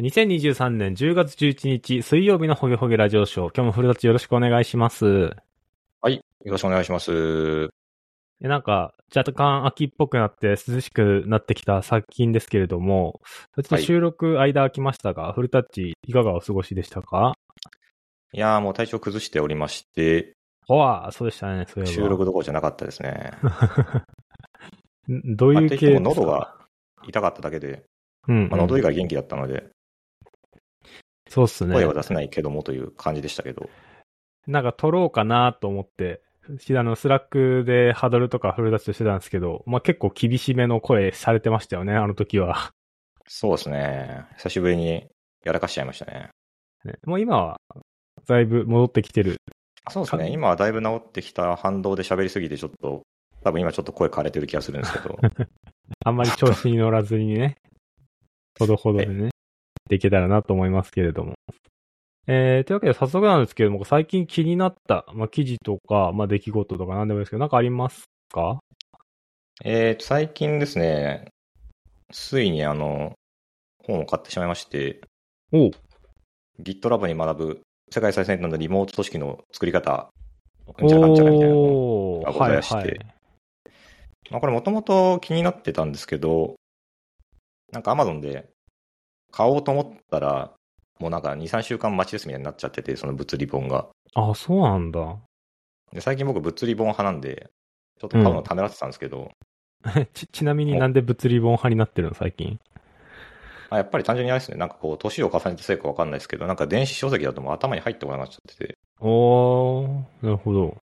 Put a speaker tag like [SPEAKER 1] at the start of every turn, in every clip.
[SPEAKER 1] 2023年10月11日水曜日のほげほげラジオショー。今日も古立よろしくお願いします。
[SPEAKER 2] よろしくお願いします。
[SPEAKER 1] えなんか、若干秋っぽくなって涼しくなってきた作品ですけれども、ちょっと収録間空きましたが、古立いかがお過ごしでしたか
[SPEAKER 2] いやーもう体調崩しておりまして、
[SPEAKER 1] ほわ、そうでしたね、そういえば。
[SPEAKER 2] 収録どころじゃなかったで すね。
[SPEAKER 1] んどう
[SPEAKER 2] まあ
[SPEAKER 1] い
[SPEAKER 2] っ
[SPEAKER 1] う
[SPEAKER 2] て
[SPEAKER 1] 系
[SPEAKER 2] 言っても
[SPEAKER 1] ですか
[SPEAKER 2] 喉が痛かっただけで、
[SPEAKER 1] うん、うん
[SPEAKER 2] まあ、喉以外元気だったので、
[SPEAKER 1] そうっすね
[SPEAKER 2] 声。は出せないけどもという感じでしたけど、
[SPEAKER 1] なんか撮ろうかなと思って、しあの、スラックでハードルとかフルダッシュしてたんですけど、まあ、結構厳しめの声されてましたよね、あの時は。
[SPEAKER 2] そうですね。久しぶりにやらかしちゃいましたね。
[SPEAKER 1] ねもう今は、だいぶ戻ってきてる。
[SPEAKER 2] あそうです
[SPEAKER 1] か
[SPEAKER 2] ね。今はだいぶ治ってきた反動で喋りすぎてちょっと、多分今ちょっと声枯れてる気がするんです けど、
[SPEAKER 1] あんまり調子に乗らずに ね、ほどほどでね、できたらなと思いますけれども。えー、というわけで早速なんですけれども、最近気になった、まあ、記事とか、まあ、出来事とか何でもいいですけど、なんかありますか
[SPEAKER 2] えーと、最近ですね、ついにあの、本を買ってしまいまして、
[SPEAKER 1] おう
[SPEAKER 2] GitLab に学ぶ世界最先端のリモート組織の作り方、うんちゃらかんちゃらみたいなの。
[SPEAKER 1] お
[SPEAKER 2] が
[SPEAKER 1] ー
[SPEAKER 2] ご
[SPEAKER 1] は
[SPEAKER 2] ざ
[SPEAKER 1] い
[SPEAKER 2] いまして
[SPEAKER 1] はい。
[SPEAKER 2] まあ、これもともと気になってたんですけど、なんか Amazon で買おうと思ったら、もうなんか2、3週間待ちですみたいになっちゃってて、その物理本が。
[SPEAKER 1] あ、そうなんだ。
[SPEAKER 2] で最近僕物理本派なんで、ちょっと買うのをためらってたんですけど、
[SPEAKER 1] ち、ちなみになんで物理本派になってるの最近。
[SPEAKER 2] まあ、やっぱり単純にあれですね、なんかこう、年を重ねたせいかわかんないですけど、なんか電子書籍だともう頭に入ってこなくなっちゃってて、
[SPEAKER 1] おー、なるほど。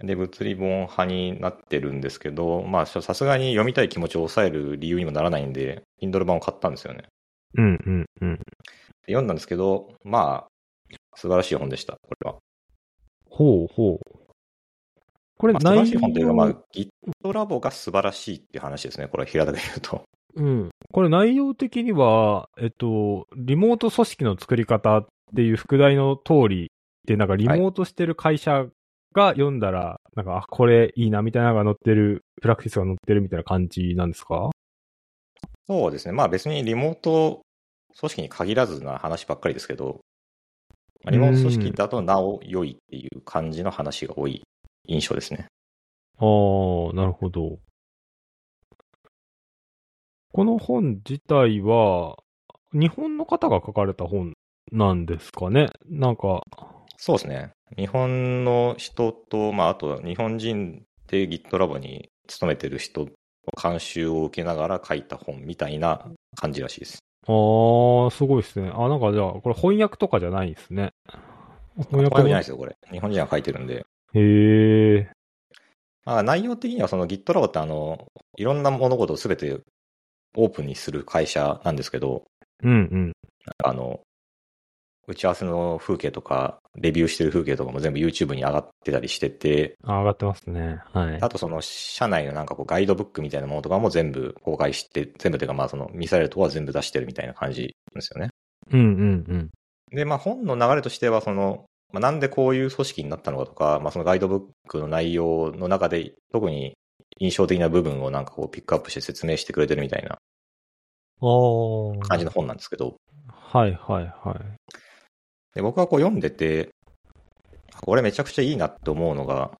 [SPEAKER 2] で、物理本派になってるんですけど、まあ、さすがに読みたい気持ちを抑える理由にもならないんで、Kindle 版を買ったんですよね。
[SPEAKER 1] うんうんうん。
[SPEAKER 2] で読んだんですけど、まあ、素晴らしい本でした、これは。
[SPEAKER 1] ほうほう。これ、
[SPEAKER 2] まあ、素晴らしい
[SPEAKER 1] 内
[SPEAKER 2] 本というか、
[SPEAKER 1] 容
[SPEAKER 2] まあ、GitLab が素晴らしいっていう話ですね、これは平たく言うと。
[SPEAKER 1] うん。これ内容的には、えっと、リモート組織の作り方っていう副題の通りで、なんかリモートしてる会社が読んだら、なんか、あ、これいいなみたいなのが載ってる、プラクティスが載ってるみたいな感じなんですか
[SPEAKER 2] そうですね、まあ別にリモート組織に限らずな話ばっかりですけど、まあリモート組織だとなお良いっていう感じの話が多い印象ですね。
[SPEAKER 1] ああ、なるほど。この本自体は、日本の方が書かれた本なんですかねなんか、
[SPEAKER 2] そうですね。日本の人と、まあ、あと日本人で GitLab に勤めてる人の監修を受けながら書いた本みたいな感じらしいです。
[SPEAKER 1] ああ、すごいですね。あ、なんかじゃあ、これ翻訳とかじゃないんですね。翻
[SPEAKER 2] 翻
[SPEAKER 1] 訳
[SPEAKER 2] 訳じゃない
[SPEAKER 1] も
[SPEAKER 2] ですよ、これ。日本人が書いてるんで。
[SPEAKER 1] へえ。
[SPEAKER 2] まあ、内容的にはその GitLab ってあの、いろんな物事をすべてオープンにする会社なんですけど、
[SPEAKER 1] うんうん。
[SPEAKER 2] あの、打ち合わせの風景とか、レビューしてる風景とかも全部 YouTube に上がってたりしてて、
[SPEAKER 1] あ上がってますね。はい。
[SPEAKER 2] あとその社内のなんかこうガイドブックみたいなものとかも全部公開して、全部というかまあその見されるとこは全部出してるみたいな感じなんですよね。
[SPEAKER 1] うんうんうん。
[SPEAKER 2] で、まあ本の流れとしてはその、まあ、なんでこういう組織になったのかとか、まあそのガイドブックの内容の中で特に印象的な部分をなんかこうピックアップして説明してくれてるみたいな
[SPEAKER 1] ああ。
[SPEAKER 2] 感じの本なんですけど、
[SPEAKER 1] はいはいはい。
[SPEAKER 2] で僕はこう読んでて、これめちゃくちゃいいなって思うのが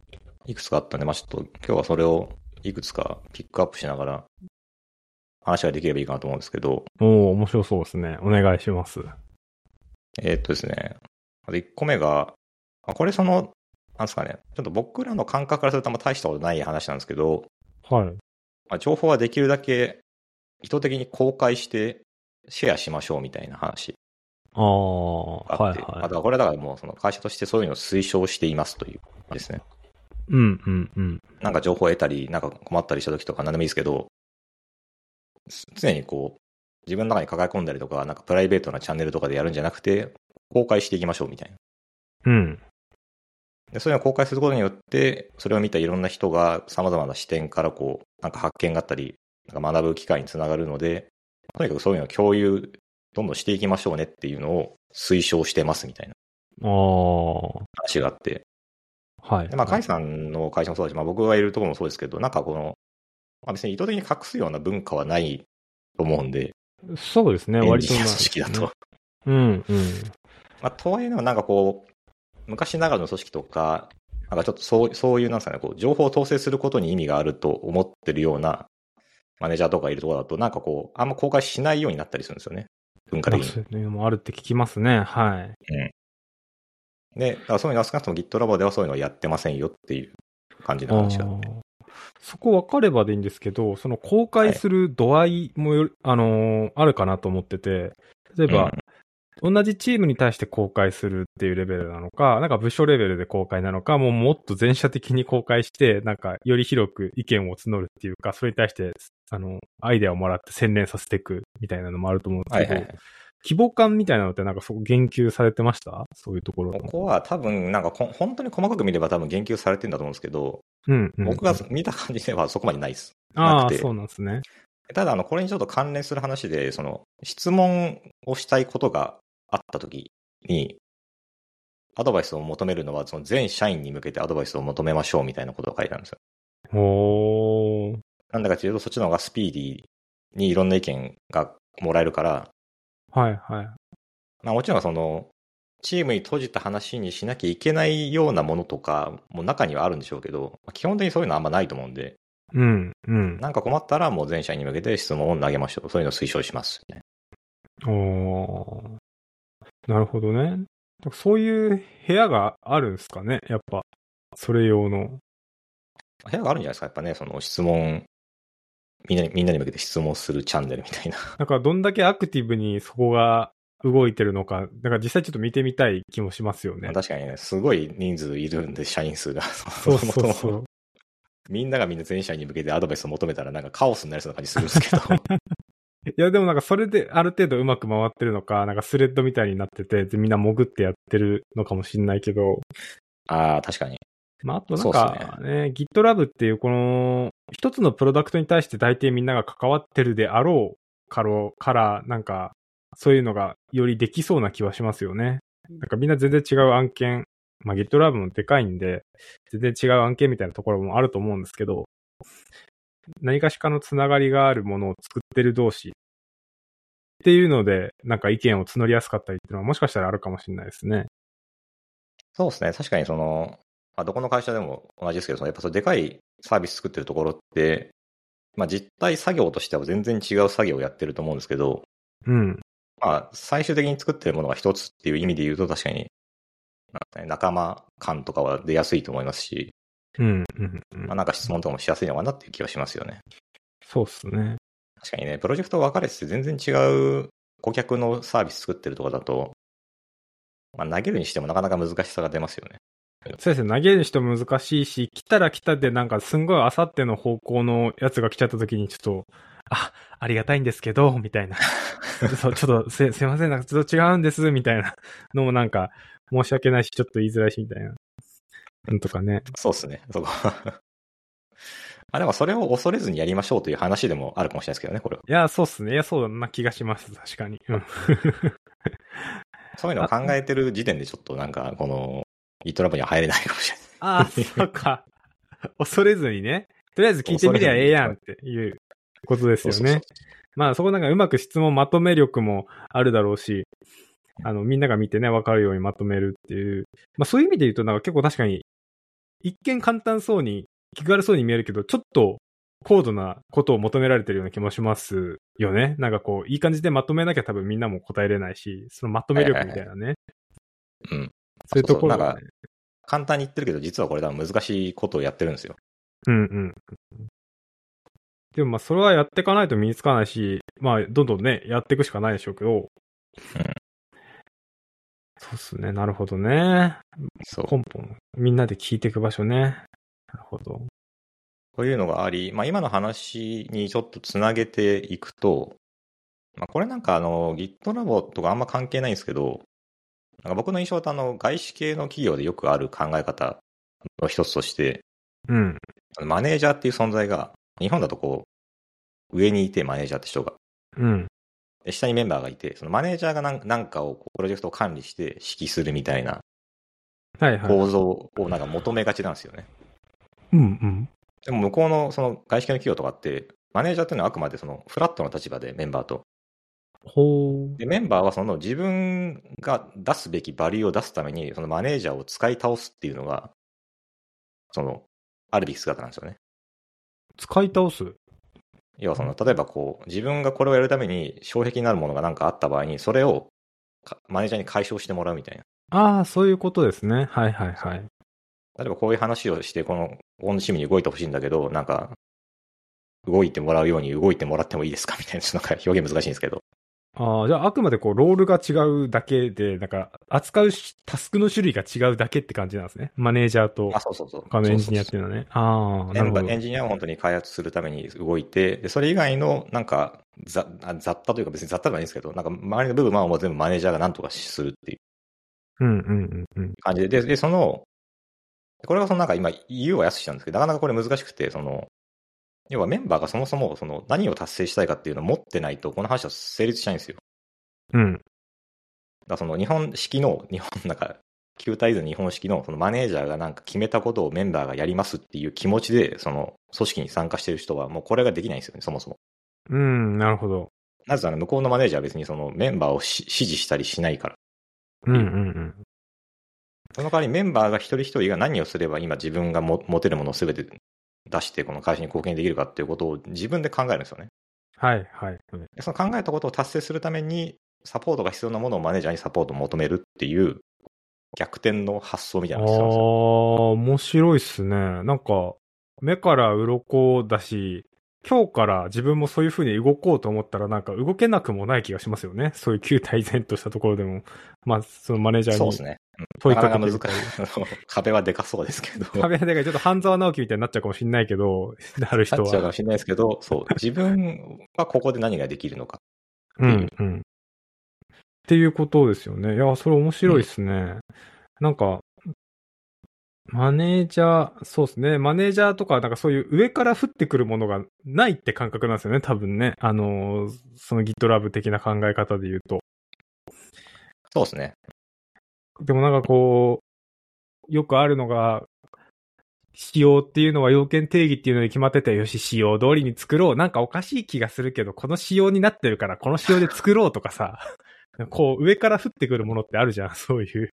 [SPEAKER 2] いくつかあったんで、まあちょっと今日はそれをいくつかピックアップしながら話ができればいいかなと思うんですけど、
[SPEAKER 1] おお、面白そうですね。お願いします。
[SPEAKER 2] えーっとですね、まず1個目が、まあこれその、なんですかね、ちょっと僕らの感覚からするとあんま大したことない話なんですけど、
[SPEAKER 1] はい。
[SPEAKER 2] まあ、情報はできるだけ意図的に公開してシェアしましょうみたいな話
[SPEAKER 1] ああ、
[SPEAKER 2] が
[SPEAKER 1] は
[SPEAKER 2] あっ
[SPEAKER 1] い
[SPEAKER 2] て、
[SPEAKER 1] は
[SPEAKER 2] あ
[SPEAKER 1] い
[SPEAKER 2] と。はこれはだからもうその会社としてそういうのを推奨していますというですね。
[SPEAKER 1] うんうんうん。
[SPEAKER 2] なんか情報を得たり、なんか困ったりした時とか何でもいいですけど、す常にこう、自分の中に抱え込んだりとか、なんかプライベートなチャンネルとかでやるんじゃなくて、公開していきましょうみたいな。
[SPEAKER 1] うん。
[SPEAKER 2] で、そういうのを公開することによって、それを見たいろんな人が様々な視点からこう、なんか発見があったり、なんか学ぶ機会につながるので、とにかくそういうのを共有、どんどんしていきましょうねっていうのを推奨してますみたいな
[SPEAKER 1] ああ、は
[SPEAKER 2] 話があって、
[SPEAKER 1] い。
[SPEAKER 2] でまあ、甲斐さんの会社もそうだし、まあ、僕がいるところもそうですけど、なんかこの、まあ、別に意図的に隠すような文化はないと思うんで、
[SPEAKER 1] そうですね、
[SPEAKER 2] 便
[SPEAKER 1] 割
[SPEAKER 2] 利
[SPEAKER 1] と
[SPEAKER 2] な
[SPEAKER 1] まあ
[SPEAKER 2] 組織だと。。
[SPEAKER 1] うん、うん。
[SPEAKER 2] まあ、とはいえでもなんかこう、昔ながらの組織とか、なんかちょっとそうそういうなんですかね、こう情報を統制することに意味があると思ってるようなマネージャーとかいるところだと、なんかこう、あんま公開しないようになったりするんですよね、文化
[SPEAKER 1] まあ
[SPEAKER 2] 的
[SPEAKER 1] そ
[SPEAKER 2] に。
[SPEAKER 1] ういうのもあるって聞きますね、はい。
[SPEAKER 2] で、だからそういうのは少なくとも GitLab ではそういうのはやってませんよっていう感じの話だ、ね。
[SPEAKER 1] あーそこ分かればでいいんですけど、その公開する度合いもよる、あのーあるかなと思ってて、例えば、同じチームに対して公開するっていうレベルなのか、なんか部署レベルで公開なのか、もうもっと全社的に公開して、なんかより広く意見を募るっていうか、それに対して、あの、アイデアをもらって洗練させていくみたいなのもあると思うんです
[SPEAKER 2] は
[SPEAKER 1] け
[SPEAKER 2] い
[SPEAKER 1] ど、
[SPEAKER 2] はいはい。
[SPEAKER 1] 規模感みたいなのってなんかそこ言及されてましたそういうところ。
[SPEAKER 2] ことこは多分、なんかこ本当に細かく見れば多分言及されてるんだと思うんですけど、
[SPEAKER 1] うん、うん。
[SPEAKER 2] 僕が見た感じではそこまでないです。
[SPEAKER 1] あ
[SPEAKER 2] な
[SPEAKER 1] あ、
[SPEAKER 2] くて
[SPEAKER 1] そうなんですね。
[SPEAKER 2] ただ、あの、これにちょっと関連する話で、その、質問をしたいことがあったときに、アドバイスを求めるのは、その全社員に向けてアドバイスを求めましょうみたいなことが書いてあるんですよ。
[SPEAKER 1] おー。
[SPEAKER 2] なんだかというと、そっちの方がスピーディーにいろんな意見がもらえるから、
[SPEAKER 1] はい、はい。
[SPEAKER 2] まあもちろんその、チームに閉じた話にしなきゃいけないようなものとか、もう中にはあるんでしょうけど、まあ基本的にそういうのはあんまないと思うんで、
[SPEAKER 1] うん、うん。
[SPEAKER 2] なんか困ったらもう全社員に向けて質問を投げましょう。そういうのを推奨します、ね。
[SPEAKER 1] おーなるほどね。そういう部屋があるんですかね、やっぱ。それ用の。
[SPEAKER 2] 部屋があるんじゃないですか、やっぱね、その質問、みんなにみんなに向けて質問するチャンネルみたいな。
[SPEAKER 1] なんかどんだけアクティブにそこが動いてるのか、なんか実際ちょっと見てみたい気もしますよね。
[SPEAKER 2] 確かにね、すごい人数いるんで、社員数が。そ
[SPEAKER 1] そう
[SPEAKER 2] も
[SPEAKER 1] そうそ
[SPEAKER 2] そも
[SPEAKER 1] う。
[SPEAKER 2] みんながみんな全社員に向けてアドバイスを求めたら、なんかカオスになりそうな感じするんです けど。
[SPEAKER 1] いやでもなんかそれである程度うまく回ってるのか、なんかスレッドみたいになってて、でみんな潜ってやってるのかもしんないけど、
[SPEAKER 2] ああ、確かに。
[SPEAKER 1] まあ、あとな
[SPEAKER 2] そ
[SPEAKER 1] ん
[SPEAKER 2] うっす
[SPEAKER 1] かね GitLab っていうこの、一つのプロダクトに対して大抵みんなが関わってるであろうから、からなんか、そういうのがよりできそうな気はしますよね。なんかみんな全然違う案件、まあ GitLab もでかいんで、全然違う案件みたいなところもあると思うんですけど、何かしらのつながりがあるものを作ってる同士っていうので、なんか意見を募りやすかったりっていうのはもしかしたらあるかもしれないですね。
[SPEAKER 2] そうですね、確かにその、まあ、どこの会社でも同じですけど、そのやっぱそのでかいサービス作ってるところって、まあ実態作業としては全然違う作業をやってると思うんですけど、
[SPEAKER 1] うん。
[SPEAKER 2] まあ、最終的に作ってるものが一つっていう意味で言うと、確かに、なんかね仲間感とかは出やすいと思いますし、
[SPEAKER 1] うん。うん。うん
[SPEAKER 2] まあ、なんか質問とかもしやすいのかなっていう気がしますよね。
[SPEAKER 1] そうっすね。
[SPEAKER 2] 確かにね、プロジェクト分かれてて全然違う顧客のサービス作ってるとかだと、まあ、投げるにしてもなかなか難しさが出ますよね。
[SPEAKER 1] そうですね、投げる人難しいし、来たら来たで、なんかすんごいあさっての方向のやつが来ちゃった時に、ちょっと、あ、ありがたいんですけど、みた いな。そうちょっとす、すいません、なんかちょっと違うんです、みたいなのもなんか、申し訳ないし、ちょっと言いづらいし、みたいな。なんとかね。
[SPEAKER 2] そうですね、そこは。 あ、でもそれを恐れずにやりましょうという話でもあるかもしれないですけどね、これはい
[SPEAKER 1] や、そうっすね。いや、そうだな気がします、確かに。うん。
[SPEAKER 2] そういうのを考えてる時点でちょっとなんか、この、イットラボには入れないかもしれない。
[SPEAKER 1] ああ、そうか。 恐れずにね。とりあえず聞いてみりゃええやんっていうことですよね。
[SPEAKER 2] そうそうそう
[SPEAKER 1] まあそこなんかうまく質問まとめ力もあるだろうし、あの、みんなが見てね、わかるようにまとめるっていう。まあそういう意味で言うとなんか結構確かに、一見簡単そうに、気軽そうに見えるけど、ちょっと高度なことを求められてるような気もしますよね。なんかこう、いい感じでまとめなきゃ多分みんなも答えれないし、そのまとめ力みたいなね。
[SPEAKER 2] うん。
[SPEAKER 1] そういうところ
[SPEAKER 2] そうそうな
[SPEAKER 1] が
[SPEAKER 2] ん
[SPEAKER 1] ね。
[SPEAKER 2] 簡単に言ってるけど、実はこれ多分難しいことをやってるんですよ。
[SPEAKER 1] うんうん。でもまあそれはやっていかないと身につかないし、まあどんどんね、やっていくしかないでしょうけど。そうっすね。なるほどね。
[SPEAKER 2] そう。
[SPEAKER 1] 根本。みんなで聞いていく場所ね。なるほど。
[SPEAKER 2] こういうのがあり、まあ今の話にちょっとつなげていくと、まあこれなんかあの GitLab とかあんま関係ないんですけど、なんか僕の印象だとあの外資系の企業でよくある考え方の一つとして、
[SPEAKER 1] うん。
[SPEAKER 2] あのマネージャーっていう存在が、日本だとこう、上にいてマネージャーって人が、
[SPEAKER 1] うん。
[SPEAKER 2] で下にメンバーがいて、そのマネージャーがなんなんかをこうプロジェクトを管理して指揮するみたいな
[SPEAKER 1] はいはい。
[SPEAKER 2] 構造をなんか求めがちなんですよね。
[SPEAKER 1] うんうん。
[SPEAKER 2] でも向こうのその外資系の企業とかって、マネージャーっていうのはあくまでそのフラットな立場でメンバーと
[SPEAKER 1] ほう。
[SPEAKER 2] で、メンバーはその自分が出すべきバリューを出すために、そのマネージャーを使い倒すっていうのが、その、あるべき姿なんですよね。
[SPEAKER 1] 使い倒す。
[SPEAKER 2] 要はその、例えばこう、自分がこれをやるために障壁になるものが何かあった場合に、それをかマネージャーに解消してもらうみたいな。
[SPEAKER 1] ああ、そういうことですね。はいはいはい。
[SPEAKER 2] 例えばこういう話をして、この、この趣味に動いてほしいんだけど、なんか、動いてもらうように動いてもらってもいいですかみたいな、ちょっとなんか表現難しいんですけど。
[SPEAKER 1] ああ、じゃああくまでこう、ロールが違うだけで、なんか、扱うしタスクの種類が違うだけって感じなんですね。マネージャーと
[SPEAKER 2] あ、そうそうそう。
[SPEAKER 1] 他のエンジニアっていうのはね。ああ、な
[SPEAKER 2] エ
[SPEAKER 1] る
[SPEAKER 2] ン
[SPEAKER 1] ほ
[SPEAKER 2] バ
[SPEAKER 1] ど
[SPEAKER 2] エ。ンジニアは本当に開発するために動いて、でそれ以外のなんかざあ雑多というか、別に雑多ではないんですけど、なんか周りの部分はもう全部マネージャーがなんとかするっていう
[SPEAKER 1] うんうんうんうん。
[SPEAKER 2] 感じで、で、でその、これがそのなんか今、言うは安しなんですけど、なかなかこれ難しくて、その、要はメンバーがそもそもその何を達成したいかっていうのを持ってないと、この話は成立しないんですよ。
[SPEAKER 1] うん。
[SPEAKER 2] だからその日本式の、日本なんか、旧態図の日本式のそのマネージャーがなんか決めたことをメンバーがやりますっていう気持ちで、その組織に参加してる人はもうこれができないんですよね、そもそも。
[SPEAKER 1] うん、なるほど。
[SPEAKER 2] なぜなら向こうのマネージャーは別にそのメンバーをし指示したりしないから。
[SPEAKER 1] うんうんうん。
[SPEAKER 2] その代わりメンバーが一人一人が何をすれば今自分がも持てるものを全て出してこの会社に貢献できるかっていうことを自分で考えるんですよね。
[SPEAKER 1] はいはい。
[SPEAKER 2] でその考えたことを達成するためにサポートが必要なものをマネージャーにサポートを求めるっていう逆転の発想みたい
[SPEAKER 1] あ
[SPEAKER 2] な
[SPEAKER 1] あ
[SPEAKER 2] のが必要なんですよ。
[SPEAKER 1] ー、面白いっすね。なんか、目から鱗だし、今日から自分もそういう風に動こうと思ったら、なんか動けなくもない気がしますよね。そういう旧体前としたところでも。まあ、そのマネージャー
[SPEAKER 2] そう
[SPEAKER 1] に
[SPEAKER 2] ですね。
[SPEAKER 1] 問い
[SPEAKER 2] なか
[SPEAKER 1] か
[SPEAKER 2] な
[SPEAKER 1] け
[SPEAKER 2] か
[SPEAKER 1] て
[SPEAKER 2] 難し
[SPEAKER 1] みた
[SPEAKER 2] い
[SPEAKER 1] り。。
[SPEAKER 2] あの 壁はでかそうですけど。
[SPEAKER 1] 壁がでかい。ちょっと半沢直樹みたいになっちゃうかもしんないけど、 なる
[SPEAKER 2] な
[SPEAKER 1] 人
[SPEAKER 2] っちゃうか
[SPEAKER 1] は
[SPEAKER 2] も。しれないですけど、そう、自分はここで何ができるのか。
[SPEAKER 1] うん、うん。っていうことですよね。いや、それ面白いですね。なんか、マネージャー、そうですね。マネージャーとか、なんかそういう上から降ってくるものがないって感覚なんですよね。多分ね。あのーその GitLab 的な考え方で言うと。
[SPEAKER 2] そうですね。
[SPEAKER 1] でもなんかこう、よくあるのが、仕様っていうのは要件定義っていうのに決まってて、よし、仕様通りに作ろう。なんかおかしい気がするけど、この仕様になってるから、この仕様で作ろうとかさ、 こう上から降ってくるものってあるじゃん、 そういう。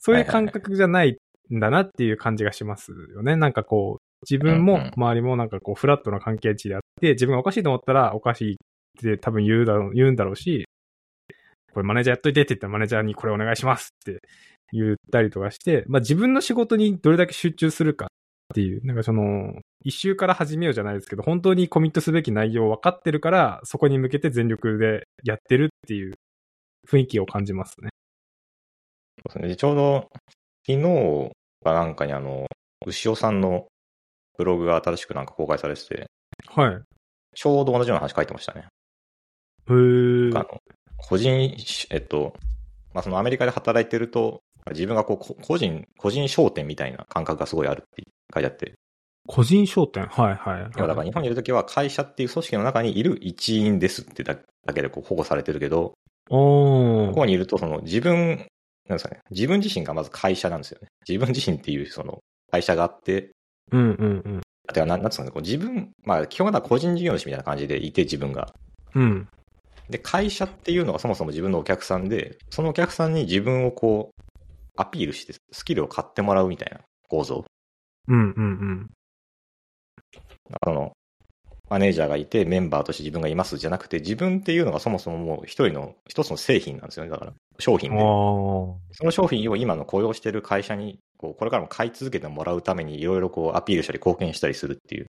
[SPEAKER 1] そういう感覚じゃないんだなっていう感じがしますよね。なんかこう、自分
[SPEAKER 2] うんう
[SPEAKER 1] も
[SPEAKER 2] ん
[SPEAKER 1] 周りもなんかこう、フラットな関係値であって、自分がおかしいと思ったら、おかしいって多分言うだろう、言うんだろうし、これマネージャーやっといてって言ったらマネージャーにこれお願いしますって言ったりとかして、まあ自分の仕事にどれだけ集中するかっていう、なんかその、一周から始めようじゃないですけど、本当にコミットすべき内容を分かってるから、そこに向けて全力でやってるっていう雰囲気を感じますね。
[SPEAKER 2] そうですねでちょうど、昨日かなんかにあの、牛尾さんのブログが新しくなんか公開されてて、
[SPEAKER 1] はい。
[SPEAKER 2] ちょうど同じような話書いてましたね。
[SPEAKER 1] へー
[SPEAKER 2] あの個人し、えっと、まあ、そのアメリカで働いてると、自分がこうこ個人、個人商店みたいな感覚がすごいあるって書いてあって、
[SPEAKER 1] 個人商店はいはい。
[SPEAKER 2] 要はだから日本にいるときは会社っていう組織の中にいる一員ですってだだけでこう保護されてるけど、
[SPEAKER 1] お
[SPEAKER 2] 向
[SPEAKER 1] ー
[SPEAKER 2] こうにいるとその自分、なんですかね、自分自身がまず会社なんですよね。自分自身っていうその会社があって、
[SPEAKER 1] うんうんうん。
[SPEAKER 2] あてかなんなんつうのかね、こう自分、まあ基本は個人事業主みたいな感じでいて自分が。
[SPEAKER 1] うん。
[SPEAKER 2] で、会社っていうのがそもそも自分のお客さんで、そのお客さんに自分をこう、アピールしてスキルを買ってもらうみたいな構造。
[SPEAKER 1] うんうんうん。
[SPEAKER 2] だからその、マネージャーがいてメンバーとして自分がいますじゃなくて、自分っていうのがそもそももう一人の、一つの製品なんですよね。だから、商品
[SPEAKER 1] あ
[SPEAKER 2] で。
[SPEAKER 1] ー
[SPEAKER 2] その商品を今の雇用してる会社に、こうこれからも買い続けてもらうために、いろいろこうアピールしたり貢献したりするっていう。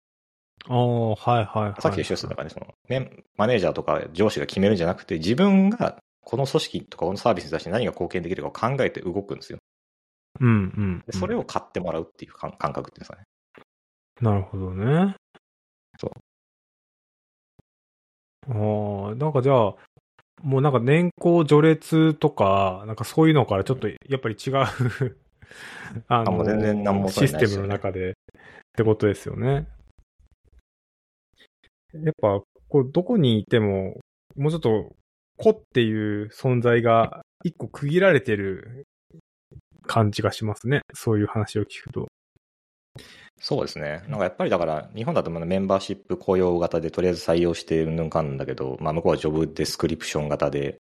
[SPEAKER 1] あー、はいはいはい。
[SPEAKER 2] さっきの一つだからね、その、ね、マネージャーとか上司が決めるんじゃなくて、自分がこの組織とかこのサービスに対して何が貢献できるかを考えて動くんですよ。
[SPEAKER 1] うんうん、う
[SPEAKER 2] で
[SPEAKER 1] ん。
[SPEAKER 2] それを買ってもらうっていう感感覚っていうんですかね。
[SPEAKER 1] なるほどね。。
[SPEAKER 2] そう
[SPEAKER 1] ああ、なんかじゃあ、もうなんか年功序列とか、なんかそういうのからちょっとやっぱり違う あ
[SPEAKER 2] もう全然何もそう
[SPEAKER 1] シ
[SPEAKER 2] いう
[SPEAKER 1] ス
[SPEAKER 2] のない
[SPEAKER 1] テムの中
[SPEAKER 2] ですよね
[SPEAKER 1] でってことですよね。やっぱ、こう、どこにいても、もうちょっと、子っていう存在が一個区切られてる感じがしますね。そういう話を聞くと。
[SPEAKER 2] そうですね。なんかやっぱりだから、日本だとまだメンバーシップ雇用型でとりあえず採用してうんぬんかんぬんだけど、まあ向こうはジョブデスクリプション型で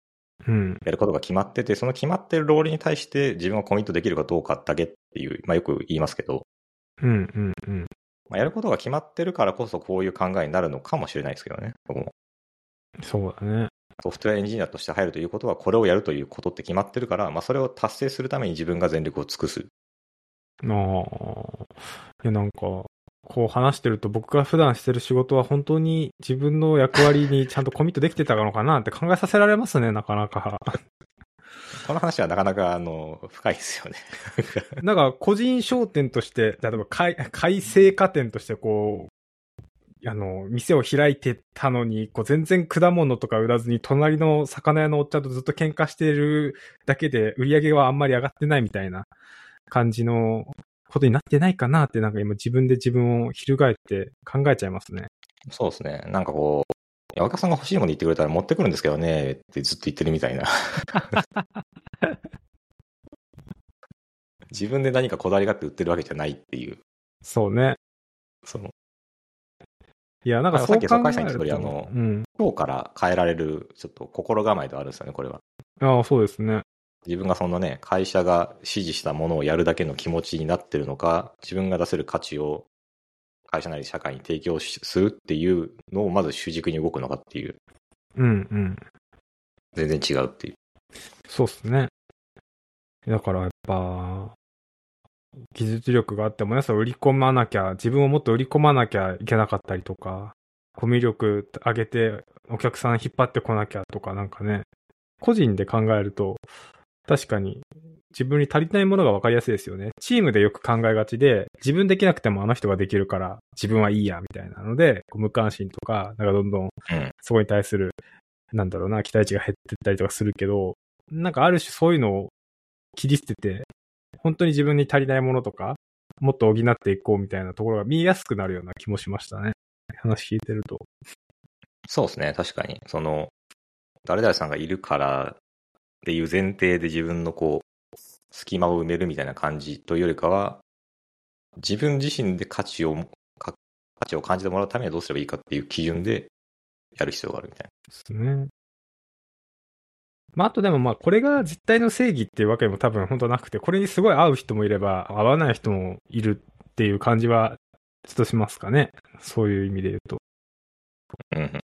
[SPEAKER 1] うん。
[SPEAKER 2] やることが決まってて、その決まってるロールに対して自分がコミットできるかどうかだけっていう、まあよく言いますけど、
[SPEAKER 1] うんうんうん。
[SPEAKER 2] まあ、やることが決まってるからこそこういう考えになるのかもしれないですけどね、僕も。
[SPEAKER 1] そうだね。
[SPEAKER 2] ソフトウェアエンジニアとして入るということは、これをやるということって決まってるから、まあそれを達成するために自分が全力を尽くす。
[SPEAKER 1] なあ。いや、なんか、こう話してると僕が普段してる仕事は本当に自分の役割にちゃんとコミットできてたのかなって考えさせられますね、なかなか。
[SPEAKER 2] この話はなかなか、あの、深いですよね。
[SPEAKER 1] なんか、個人商店として、例えば改、改正家店として、こう、あの、店を開いてたのに、こう、全然果物とか売らずに、隣の魚屋のおっちゃんとずっと喧嘩してるだけで、売り上げはあんまり上がってないみたいな感じのことになってないかなって、なんか今自分で自分を翻って考えちゃいますね。
[SPEAKER 2] そうですね。なんかこう、いや若さんが欲しいもの言ってくれたら持ってくるんですけどね、ってずっと言ってるみたいな。自分で何かこだわりがあって売ってるわけじゃないっていう。
[SPEAKER 1] そうね。
[SPEAKER 2] その、
[SPEAKER 1] いや、なんか
[SPEAKER 2] あの
[SPEAKER 1] そう考えると
[SPEAKER 2] さっき坂井さん言ってたよりあの
[SPEAKER 1] うん。
[SPEAKER 2] 今日から変えられる、ちょっと心構えではあるんですよね、これは。
[SPEAKER 1] ああ、そうですね。
[SPEAKER 2] 自分がそのね、会社が指示したものをやるだけの気持ちになってるのか、自分が出せる価値を会社なり社会に提供しするっていうのをまず主軸に動くのかっていう、
[SPEAKER 1] うんうん。
[SPEAKER 2] 全然違うっていう。
[SPEAKER 1] そうっすね。だからやっぱ、技術力があってもね、そう売り込まなきゃ、自分をもっと売り込まなきゃいけなかったりとか、コミュ力上げてお客さん引っ張ってこなきゃとかなんかね、個人で考えると、確かに自分に足りないものが分かりやすいですよね。チームでよく考えがちで、自分できなくてもあの人ができるから自分はいいや、みたいなので、こう無関心とか、なんかどんどん
[SPEAKER 2] うん
[SPEAKER 1] そこに対する、なんだろうな、期待値が減ってったりとかするけど、なんかある種そういうのを切り捨てて、本当に自分に足りないものとか、もっと補っていこうみたいなところが見えやすくなるような気もしましたね。話聞いてると。
[SPEAKER 2] そうですね、確かに。その、誰々さんがいるからっていう前提で自分のこう、隙間を埋めるみたいな感じというよりかは、自分自身で価値を、か価値を感じてもらうためにはどうすればいいかっていう基準でやる必要があるみたいな。
[SPEAKER 1] ですね。まあ、あとでもまあ、これが絶対の正義っていうわけでも多分本当なくて、これにすごい合う人もいれば、合わない人もいるっていう感じは、ちょっとしますかね。そういう意味で言うと。
[SPEAKER 2] うんうん。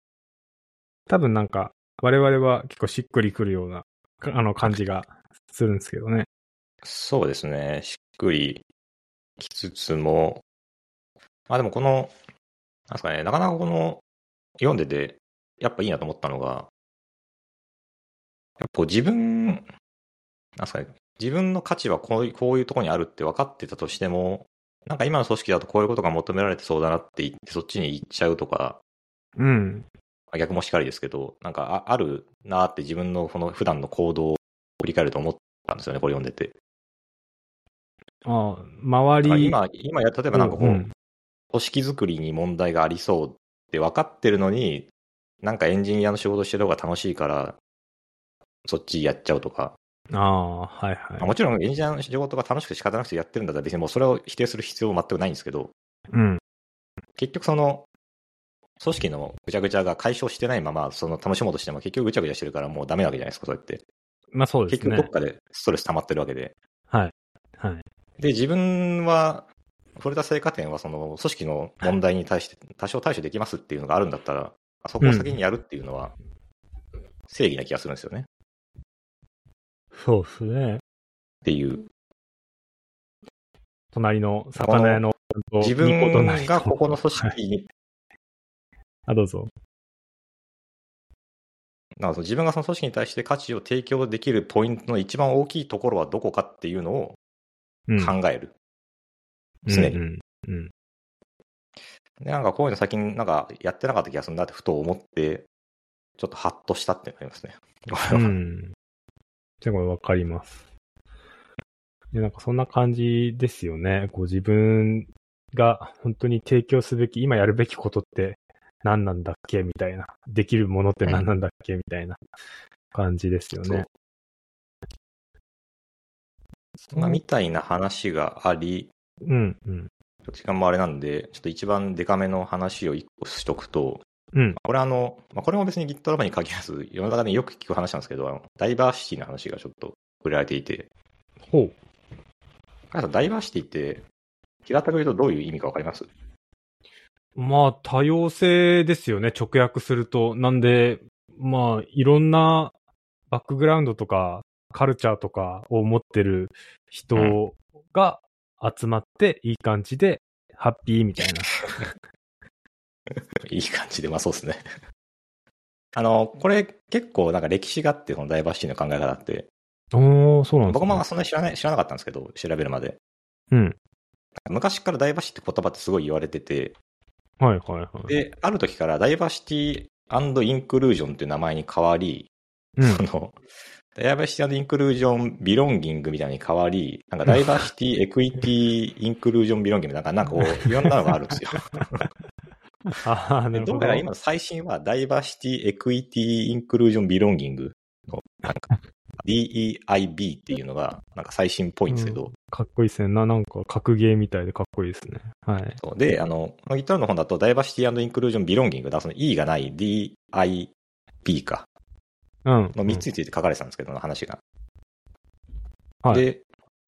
[SPEAKER 1] 多分なんか、我々は結構しっくりくるような、かあの感じがするんですけどね。
[SPEAKER 2] そうですね。しっくりきつつも、まあでもこの、なんですかね、なかなかこの、読んでて、やっぱいいなと思ったのが、やっぱこう自分、なんですかね、自分の価値はこういうこういうところにあるって分かってたとしても、なんか今の組織だとこういうことが求められてそうだなって言って、そっちに行っちゃうとか、
[SPEAKER 1] うん。
[SPEAKER 2] まあ逆もしかりですけど、なんかああるなーって自分のこの普段の行動を振り返ると思ったんですよね、これ読んでて。
[SPEAKER 1] ああ、周り、
[SPEAKER 2] 今、今や、例えばなんかこう、
[SPEAKER 1] うんうん
[SPEAKER 2] 組織作りに問題がありそうって分かってるのに、なんかエンジニアの仕事してる方が楽しいから、そっちやっちゃうとか、
[SPEAKER 1] ああ、はい
[SPEAKER 2] まあ
[SPEAKER 1] はい。
[SPEAKER 2] もちろんエンジニアの仕事が楽しくて仕方なくてやってるんだったら別にもうそれを否定する必要も全くないんですけど、
[SPEAKER 1] うん。
[SPEAKER 2] 結局その、組織のぐちゃぐちゃが解消してないまま、その楽しもうとしても結局ぐちゃぐちゃしてるからもうダメなわけじゃないですか、そうやって。
[SPEAKER 1] まあそうで
[SPEAKER 2] 結
[SPEAKER 1] す
[SPEAKER 2] 局どっ
[SPEAKER 1] ね。
[SPEAKER 2] かでストレス溜まってるわけで。
[SPEAKER 1] はい。
[SPEAKER 2] で、自分は、触れた成果点は、その、組織の問題に対して、多少対処できますっていうのがあるんだったら、そこを先にやるっていうのは、正義な気がするんですよね。っ
[SPEAKER 1] そうですね。
[SPEAKER 2] ていう。
[SPEAKER 1] 隣の魚屋の、
[SPEAKER 2] 自
[SPEAKER 1] いいことない
[SPEAKER 2] 分
[SPEAKER 1] 人
[SPEAKER 2] がここの組織に、
[SPEAKER 1] あ、どうぞ。
[SPEAKER 2] なんかその自分がその組織に対して価値を提供できるポイントの一番大きいところはどこかっていうのを
[SPEAKER 1] うん。
[SPEAKER 2] 考える。常に
[SPEAKER 1] うんうんうん。
[SPEAKER 2] で、なんかこういうの最近なんかやってなかった気がするなってふと思って、ちょっとハッとしたってなりますね。
[SPEAKER 1] うん。じゃあこれわかります。で、なんかそんな感じですよね。こう自分が本当に提供すべき、今やるべきことって何なんだっけみたいな。できるものって何なんだっけみたいな感じですよね。
[SPEAKER 2] そうまあみたいな話があり、
[SPEAKER 1] うん、うん。
[SPEAKER 2] ちょっと時間もあれなんで、ちょっと一番デカめの話を一個しとくと、
[SPEAKER 1] うん。
[SPEAKER 2] これあの、まあ、これも別に GitLab に限らず、世の中でよく聞く話なんですけど、あのダイバーシティの話がちょっと触れられていて、
[SPEAKER 1] ほう。
[SPEAKER 2] あとダイバーシティって、平たく言うとどういう意味かわかります
[SPEAKER 1] まあ、多様性ですよね。直訳すると。なんで、まあ、いろんなバックグラウンドとか、カルチャーとかを持ってる人が集まって、いい感じで、ハッピーみたいな。
[SPEAKER 2] いい感じで、まあそうですね。 あの、これ結構なんか歴史があって、そのダイバーシティの考え方って、
[SPEAKER 1] おー、そうなんです
[SPEAKER 2] 僕
[SPEAKER 1] ね
[SPEAKER 2] もそんなに知らない、知らなかったんですけど、調べるまで。
[SPEAKER 1] うん。
[SPEAKER 2] 昔からダイバーシティって言葉ってすごい言われてて、
[SPEAKER 1] はいはいはい。
[SPEAKER 2] で、ある時からダイバーシティインクルージョンっていう名前に変わり、
[SPEAKER 1] うん。
[SPEAKER 2] その、ダイバーシティインクルージョンビロンギングみたいに変わり、なんかダイバーシティエクイティインクルージョンビロンギングみたいな、なんかこう、いろんなのがあるんですよ。
[SPEAKER 1] ああ、な
[SPEAKER 2] で
[SPEAKER 1] る
[SPEAKER 2] ど
[SPEAKER 1] ほ
[SPEAKER 2] う
[SPEAKER 1] ど
[SPEAKER 2] や。ら今の最新はダイバーシティエクイティインクルージョンビロンギングの、なんか、DEIB っていうのが、なんか最新っぽいんですけど、
[SPEAKER 1] かっこいいですね。な、なんか、格ゲーみたいでかっこいいですね。はい。
[SPEAKER 2] そうで、あの、ギターの本だと、ダイバーシティインクルージョンビロンギングだ、その E がない DIB か、
[SPEAKER 1] うん。
[SPEAKER 2] の3つについて書かれてたんですけど、の話が。
[SPEAKER 1] はい
[SPEAKER 2] で、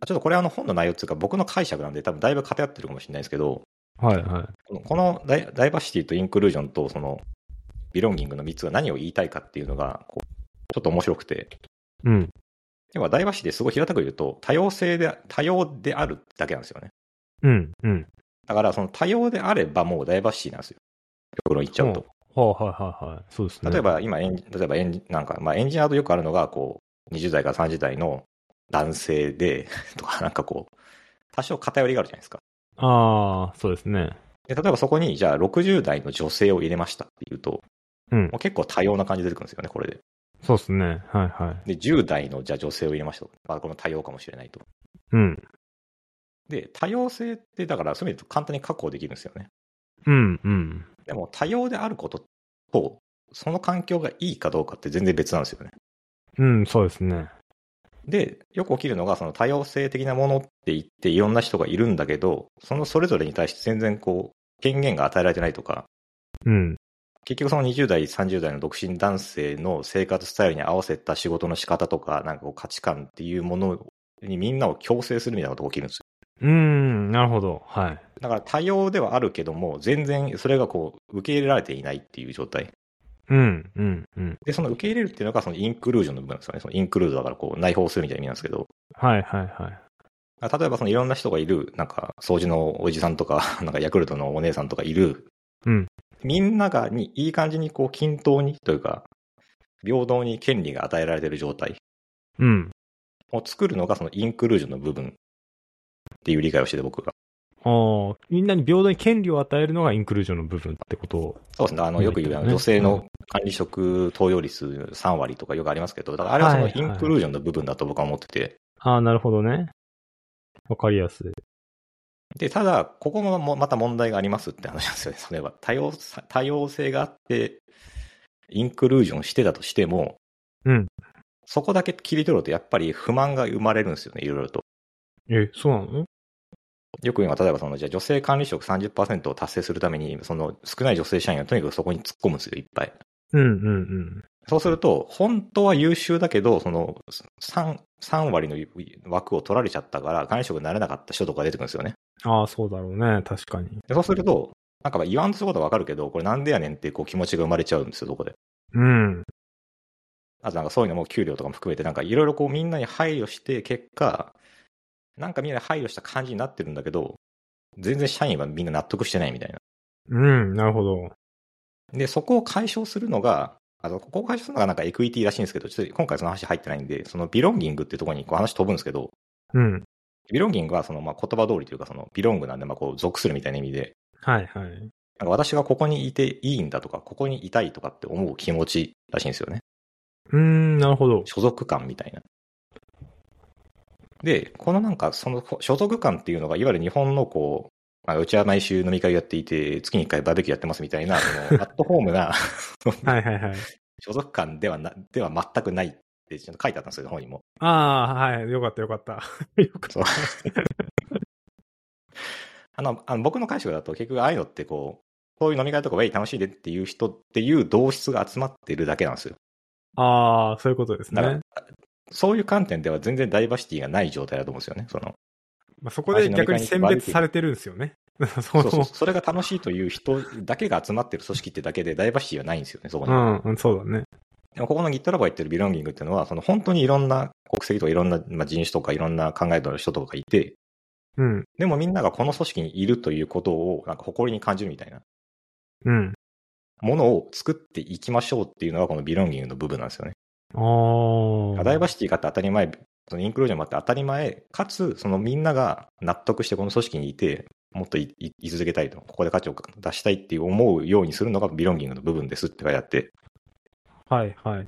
[SPEAKER 2] ちょっとこれあの本の内容っていうか、僕の解釈なんで、多分だいぶ偏ってるかもしれないですけど、
[SPEAKER 1] うん。はいはい。
[SPEAKER 2] このこのダイダイバーシティとインクルージョンと、その、ビロンギングの3つが何を言いたいかっていうのが、こうちょっと面白くて、
[SPEAKER 1] うん。
[SPEAKER 2] 要はダイバーシティすごい平たく言うと、多様性で、多様であるだけなんですよね。
[SPEAKER 1] うん。うん。
[SPEAKER 2] だから、その多様であればもうダイバーシティなんですよ。極論言っちゃうと。
[SPEAKER 1] はあ、はいはいはい。そうですね。
[SPEAKER 2] 例え、ば今エン、例えばエンジなんか、まあ、エンジニアだとよくあるのが、こう、20代から30代の男性で、 とか、なんかこう、多少偏りがあるじゃないですか。
[SPEAKER 1] ああ、そうですね。
[SPEAKER 2] で、例えばそこに、じゃあ60代の女性を入れましたっていうと、
[SPEAKER 1] うん
[SPEAKER 2] もう結構多様な感じで出てくるんですよね、これで。
[SPEAKER 1] そうですね。はいはい。
[SPEAKER 2] で、10代の、じゃあ女性を入れましたと。まあ、この多様かもしれないと。
[SPEAKER 1] うん。
[SPEAKER 2] で、多様性って、だから、そういう意味で言うと簡単に確保できるんですよね。
[SPEAKER 1] うん。うん。
[SPEAKER 2] でも、多様であることと、その環境がいいかどうかって全然別なんですよね。
[SPEAKER 1] うん、そうですね。
[SPEAKER 2] で、よく起きるのが、その多様性的なものって言って、いろんな人がいるんだけど、そのそれぞれに対して全然こう、権限が与えられてないとか、
[SPEAKER 1] うん。
[SPEAKER 2] 結局その20代、30代の独身男性の生活スタイルに合わせた仕事の仕方とか、なんかこう価値観っていうものにみんなを強制するみたいなことが起きるんですよ。
[SPEAKER 1] うーん、なるほど。はい。
[SPEAKER 2] だから多様ではあるけども、全然それがこう、受け入れられていないっていう状態。
[SPEAKER 1] うん、うん、うん。
[SPEAKER 2] で、その受け入れるっていうのがそのインクルージョンの部分なんですよね。そのインクルードだからこう、内包するみたいな意味なんですけど、
[SPEAKER 1] はい、はい、はい。
[SPEAKER 2] 例えばそのいろんな人がいる、なんか掃除のおじさんとか、 なんかヤクルトのお姉さんとかいる。
[SPEAKER 1] うん
[SPEAKER 2] みんながに、いい感じにこう均等にというか、平等に権利が与えられている状態
[SPEAKER 1] うん。
[SPEAKER 2] を作るのがそのインクルージョンの部分っていう理解をしてて僕が。
[SPEAKER 1] ああ、みんなに平等に権利を与えるのがインクルージョンの部分ってこと
[SPEAKER 2] そうですね。あの、よく言うあの
[SPEAKER 1] ね
[SPEAKER 2] 女性の管理職投与率3割とかよくありますけど、だからあれはその
[SPEAKER 1] はいはい
[SPEAKER 2] インクルージョンの部分だと僕は思ってて。
[SPEAKER 1] ああ、なるほどね。わかりやすい。
[SPEAKER 2] で、ただ、ここももまた問題がありますって話なんですよね。そ れは多様さ、多様性があって、インクルージョンしてたとしても、
[SPEAKER 1] うん。
[SPEAKER 2] そこだけ切り取ると、やっぱり不満が生まれるんですよね、いろいろと。
[SPEAKER 1] え、そうなの
[SPEAKER 2] よく今、例えばその、じゃあ女性管理職30%を達成するために、その少ない女性社員はとにかくそこに突っ込むんですよ、いっぱい。
[SPEAKER 1] うん、うん、
[SPEAKER 2] そうすると、本当は優秀だけど、その3、3割の枠を取られちゃったから、管理職になれなかった人とか出てくるんですよね。
[SPEAKER 1] うん。ああ、そうだろうね。確かに。
[SPEAKER 2] でそうすると、なんかまあ言わんとすることはわかるけど、これなんでやねんってこう気持ちが生まれちゃうんですよ、そこで。
[SPEAKER 1] うん。
[SPEAKER 2] あとなんかそういうのも給料とかも含めて、なんかいろいろこうみんなに配慮して、結果、なんかみんなに配慮した感じになってるんだけど、全然社員はみんな納得してないみたいな。
[SPEAKER 1] うん、なるほど。
[SPEAKER 2] で、そこを解消するのが、あの、ここを解消するのがなんかエクイティらしいんですけど、ちょっと今回その話入ってないんで、そのビロンギングっていうところにこう話飛ぶんですけど、
[SPEAKER 1] うん。
[SPEAKER 2] ビロンギングはそのまあ言葉通りというかそのビロングなんでまあこう属するみたいな意味で、
[SPEAKER 1] はい、はい。
[SPEAKER 2] なんか私がここにいていいんだとか、ここにいたいとかって思う気持ちらしいんですよね。
[SPEAKER 1] うーん、なるほど。
[SPEAKER 2] 所属感みたいな。で、このなんか、その所属感っていうのが、いわゆる日本のこう、まあ、うちは毎週飲み会やっていて、月に1回バーベキューやってますみたいな、そのアットホームな
[SPEAKER 1] はい、はい、はい。
[SPEAKER 2] 所属感ではな、では全くないってちょっと書いてあったんですよ、本にも。
[SPEAKER 1] ああ、はい。よかった、よかった。よかっ
[SPEAKER 2] そうあの、あの僕の解釈だと結局ああいうのってこう、こういう飲み会とかウェイ楽しいでっていう人っていう同質が集まってるだけなんですよ。
[SPEAKER 1] ああ、そういうことです
[SPEAKER 2] だから、
[SPEAKER 1] ね。
[SPEAKER 2] そういう観点では全然ダイバーシティがない状態だと思うんですよね。その、
[SPEAKER 1] まあ、そこで逆に選別されてるんですよね。 そ
[SPEAKER 2] そ
[SPEAKER 1] も
[SPEAKER 2] う
[SPEAKER 1] そ
[SPEAKER 2] そう
[SPEAKER 1] も
[SPEAKER 2] それが楽しいという人だけが集まってる組織ってだけでダイバーシティはないんですよね、そこに。
[SPEAKER 1] うん、うん、そうだね。
[SPEAKER 2] でもここの GitLab が言ってるビロンギングっていうのは、その本当にいろんな国籍とかいろんな、まあ、人種とかいろんな考えの人とかがいて、
[SPEAKER 1] うん、
[SPEAKER 2] でもみんながこの組織にいるということをなんか誇りに感じるみたいな
[SPEAKER 1] うん。
[SPEAKER 2] ものを作っていきましょうっていうのがこのビロンギングの部分なんですよね。
[SPEAKER 1] ああ。
[SPEAKER 2] ダイバーシティがあって当たり前、そのインクルージョンもあって当たり前、かつそのみんなが納得してこの組織にいて、もっといい居続けたいと、ここで価値を出したいっていう思うようにするのがビロンギングの部分ですって書いてあって、
[SPEAKER 1] はい、はい。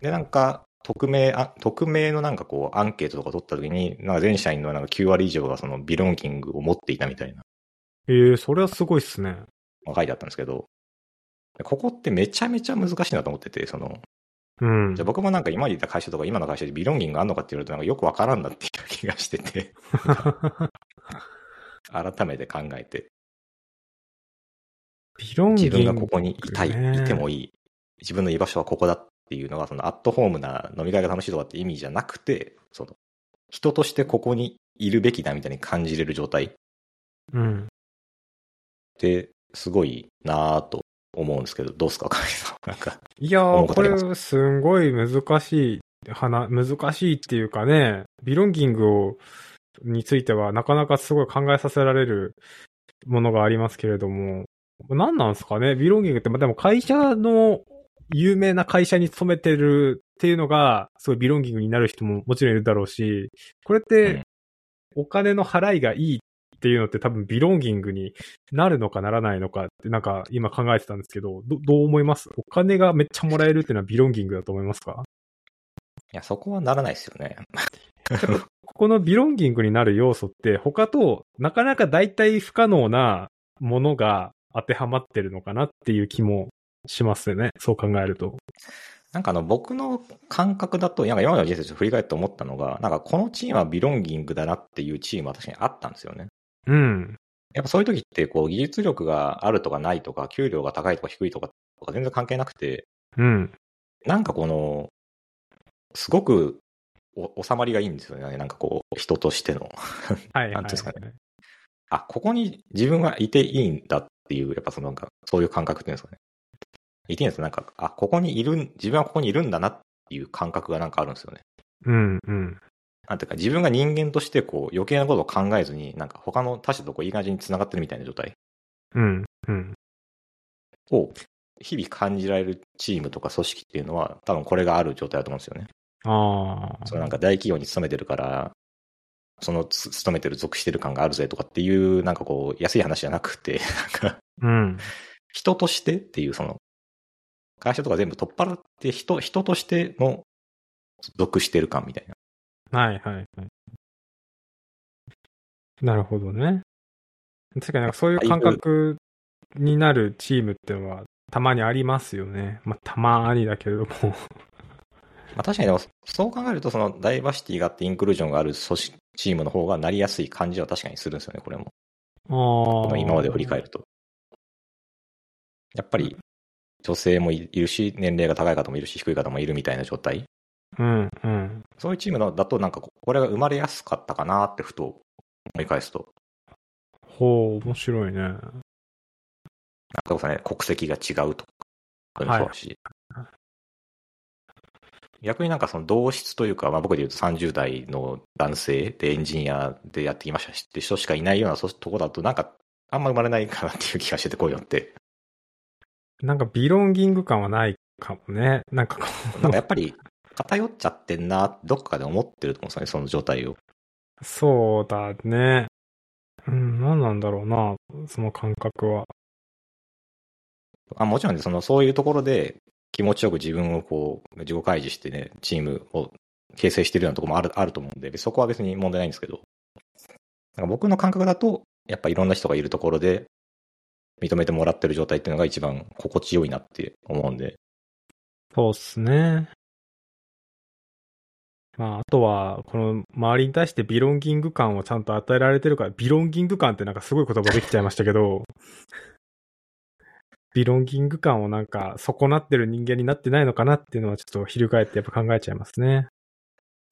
[SPEAKER 2] で、なんか、匿名、あ匿名のなんかこう、アンケートとか取った時に、なんか全社員のなんか9割以上がそのビロンギングを持っていたみたいな、
[SPEAKER 1] ええそれはすごいっすね。
[SPEAKER 2] まあ書いてあったんですけど、ここってめちゃめちゃ難しいなと思ってて、その、
[SPEAKER 1] うん。
[SPEAKER 2] じゃあ僕もなんか今までいた会社とか今の会社でビロンギングあんのかって言われるとなんかよくわからんなっていう気がしてて、改めて考えて、
[SPEAKER 1] ビロンギ
[SPEAKER 2] 自
[SPEAKER 1] ングね
[SPEAKER 2] 分がここにいたい、いてもいい、自分の居場所はここだっていうのが、そのアットホームな飲み会が楽しいとかって意味じゃなくて、その、人としてここにいるべきだみたいに感じれる状態っ
[SPEAKER 1] うん。
[SPEAKER 2] て、すごいなぁと思うんですけど、どうですか、かさん。なんか、
[SPEAKER 1] いや
[SPEAKER 2] 思う
[SPEAKER 1] ー、
[SPEAKER 2] こ
[SPEAKER 1] こと
[SPEAKER 2] ありま
[SPEAKER 1] れ
[SPEAKER 2] す、
[SPEAKER 1] すんごい難しい、はな難しいっていうかね、ビロンギングを、については、なかなかすごい考えさせられるものがありますけれども、何なんですかねビロンギングって、まあ、でも会社の、有名な会社に勤めてるっていうのが、すごいビロンギングになる人ももちろんいるだろうし、これっ
[SPEAKER 2] うん
[SPEAKER 1] て、お金の払いがいいっていうのって多分ビロンギングになるのかならないのかってなんか今考えてたんですけど、どどう思いますお金がめっちゃもらえるっていうのはビロンギングだと思いますか
[SPEAKER 2] いや、そこはならないですよね。
[SPEAKER 1] ここのビロンギングになる要素って他となかなか大体不可能なものが当てはまってるのかなっていう気もしますよね。そう考えると。
[SPEAKER 2] なんかあの、僕の感覚だと、なんか今までの人生ちょっと振り返って思ったのが、なんかこのチームはビロンギングだなっていうチームは確かにあったんですよね。
[SPEAKER 1] うん。
[SPEAKER 2] やっぱそういう時って、こう、技術力があるとかないとか、給料が高いとか低いとか、とか全然関係なくて、
[SPEAKER 1] うん。
[SPEAKER 2] なんかこの、すごくお、収まりがいいんですよね。なんかこう、人としての。
[SPEAKER 1] はいはい、
[SPEAKER 2] なんていうんですかねあ、ここに自分はいていいんだっていう、やっぱそのなんか、そういう感覚っていうんですかね。いていいんですよなんか、あ、ここにいるん、自分はここにいるんだなっていう感覚がなんかあるんですよね。
[SPEAKER 1] うんうん。
[SPEAKER 2] なんていうか、自分が人間としてこう、余計なことを考えずに、なんか他の他者とこう、いい感じに繋がってるみたいな状態。
[SPEAKER 1] うん。うん。
[SPEAKER 2] を日々感じられるチームとか組織っていうのは、多分これがある状態だと思うんですよね。
[SPEAKER 1] ああ。
[SPEAKER 2] そのなんか大企業に勤めてるから、そのつ勤めてる属してる感があるぜとかっていう、なんかこう、安い話じゃなくて、 なんか、
[SPEAKER 1] うん。
[SPEAKER 2] 人としてっていう、その、会社とか全部取っ払って、人、人としての属してる感みたいな。
[SPEAKER 1] はいはいはい。なるほどね。確かになんかそういう感覚になるチームってのはたまにありますよね。まあたまにだけれども。
[SPEAKER 2] まあ、確かにでも、そう考えると、そのダイバーシティがあってインクルージョンがある組織、チームの方がなりやすい感じは確かにするんですよね、これも。
[SPEAKER 1] ああ。
[SPEAKER 2] 今まで振り返ると。やっぱり、女性もいいるし、年齢が高い方もいるし、低い方もいるみたいな状態。
[SPEAKER 1] うんうん。
[SPEAKER 2] そういうチームのだと、なんかこ、これが生まれやすかったかなって、ふと思い返すと。
[SPEAKER 1] ほう、面白いね。あ
[SPEAKER 2] なんかこそね、国籍が違うとか、そういうのもそうだし。逆になんかその同質というか、まあ僕で言うと30代の男性でエンジニアでやってきましたしって人しかいないようなそとこだと、なんか、あんま生まれないかなっていう気がしてて、こういうのって。
[SPEAKER 1] なんかビロンギング感はないかもね。なんかこ
[SPEAKER 2] なんかやっぱり偏っちゃってんな、どっかで思ってると思うんですよね、その状態を。
[SPEAKER 1] う、 そうだね。うん、なんなんだろうな。その感覚は。
[SPEAKER 2] あもちろんね、その、そういうところで気持ちよく自分をこう、自己開示してね、チームを形成してるようなところもある、あると思うんで、そこは別に問題ないんですけど、なんか僕の感覚だと、やっぱいろんな人がいるところで、認めてもらってる状態っていうのが一番心地よいなって思うんで、
[SPEAKER 1] そうっすね。まあ、あとは、この周りに対してビロンギング感をちゃんと与えられてるから、ビロンギング感ってなんかすごい言葉できちゃいましたけど、ビロンギング感をなんか損なってる人間になってないのかなっていうのはちょっと翻ってやっぱ考えちゃいますね。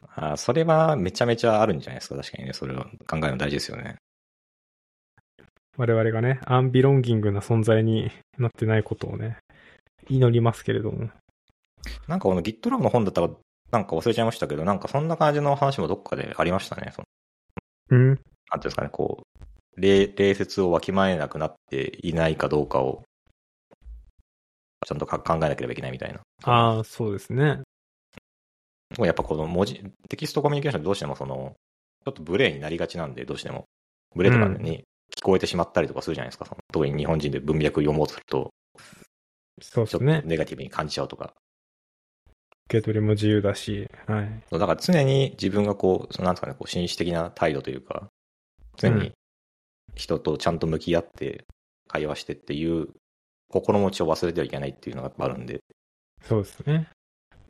[SPEAKER 2] あそれはめちゃめちゃあるんじゃないですか、確かにね。それは考えるの大事ですよね。
[SPEAKER 1] 我々がね、アンビロンギングな存在になってないことをね、祈りますけれども。
[SPEAKER 2] なんかこの GitLab の本だったら、なんか忘れちゃいましたけど、なんかそんな感じの話もどっかでありましたね。その
[SPEAKER 1] うん。
[SPEAKER 2] なんていうんですかね、こう、礼礼節をわきまえなくなっていないかどうかを、ちゃんとか考えなければいけないみたいな。
[SPEAKER 1] ああ、そうですね。
[SPEAKER 2] でもやっぱこの文字、テキストコミュニケーションってどうしてもその、ちょっと無礼になりがちなんで、どうしても。無礼とかに聞こえてしまったりとかするじゃないですか。その特に日本人で文脈読もうとすると、
[SPEAKER 1] そうで
[SPEAKER 2] ち
[SPEAKER 1] す
[SPEAKER 2] ょっと
[SPEAKER 1] ね。
[SPEAKER 2] ネガティブに感じちゃうとか。
[SPEAKER 1] 受け取りも自由だし、はい。
[SPEAKER 2] そうだから常に自分がこう、そのなんですかね、こう紳士的な態度というか、常
[SPEAKER 1] う
[SPEAKER 2] に
[SPEAKER 1] ん
[SPEAKER 2] 人とちゃんと向き合って会話してっていう心持ちを忘れてはいけないっていうのがやっぱあるんで、
[SPEAKER 1] そうですね。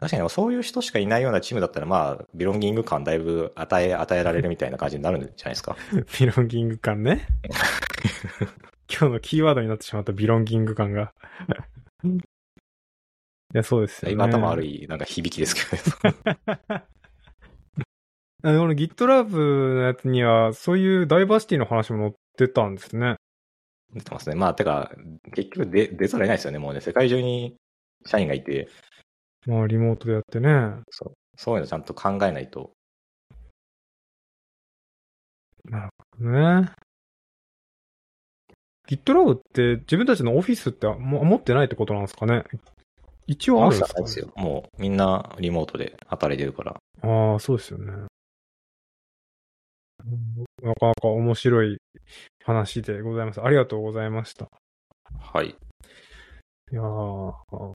[SPEAKER 2] 確かにそういう人しかいないようなチームだったら、まあ、ビロンギング感だいぶ与え、与えられるみたいな感じになるんじゃないですか。
[SPEAKER 1] ビロンギング感 ね。今日のキーワードになってしまったビロンギング感が。 いや、そうですよね。
[SPEAKER 2] 今頭悪い、なんか響きですけど、ね、
[SPEAKER 1] あの、この GitLab のやつには、そういうダイバーシティの話も載ってたんですね。
[SPEAKER 2] 出てますね。まあ、てか、結局出、出ざるを得ないですよね。もうね、世界中に社員がいて、
[SPEAKER 1] まあ、リモートでやってね。
[SPEAKER 2] そういうのちゃんと考えないと、
[SPEAKER 1] ね。GitLab って自分たちのオフィスっても持ってないってことなんですかね一応あるんですか、
[SPEAKER 2] ないですよ。もう、みんなリモートで働いてるから。
[SPEAKER 1] ああ、そうですよね。うんなかなか面白い話でございます。ありがとうございました。
[SPEAKER 2] はい。
[SPEAKER 1] いやー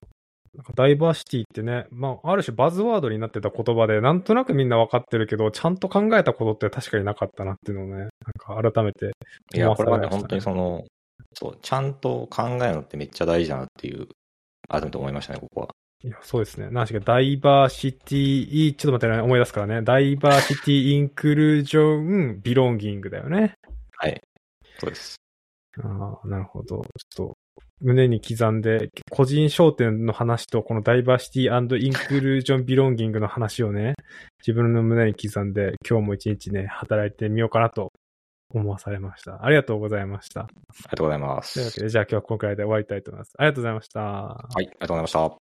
[SPEAKER 1] なんかダイバーシティってね、まあ、ある種バズワードになってた言葉で、なんとなくみんなわかってるけど、ちゃんと考えたことって確かになかったなっていうのをね、なんか改めて。
[SPEAKER 2] いや、
[SPEAKER 1] 思わ
[SPEAKER 2] こ
[SPEAKER 1] さ
[SPEAKER 2] れ
[SPEAKER 1] れ
[SPEAKER 2] は
[SPEAKER 1] ましたね
[SPEAKER 2] ね、本当にその、そう、ちゃんと考えるのってめっちゃ大事だなっていう、改めて思いましたね、ここは。
[SPEAKER 1] いや、そうですね。なんしか、ダイバーシティ、ちょっと待ってね、思い出すからね。ダイバーシティ、インクルージョン、ビロンギングだよね。
[SPEAKER 2] そうです。
[SPEAKER 1] ああ、なるほど。ちょっと、胸に刻んで、個人商店の話と、このダイバーシティインクルージョンビロンギングの話をね、自分の胸に刻んで、今日も一日ね、働いてみようかなと思わされました。ありがとうございました。
[SPEAKER 2] ありがとうございます。
[SPEAKER 1] というわけで、じゃあ今日はこのくらいで終わりたいと思います。ありがとうございました。
[SPEAKER 2] はい、ありがとうございました。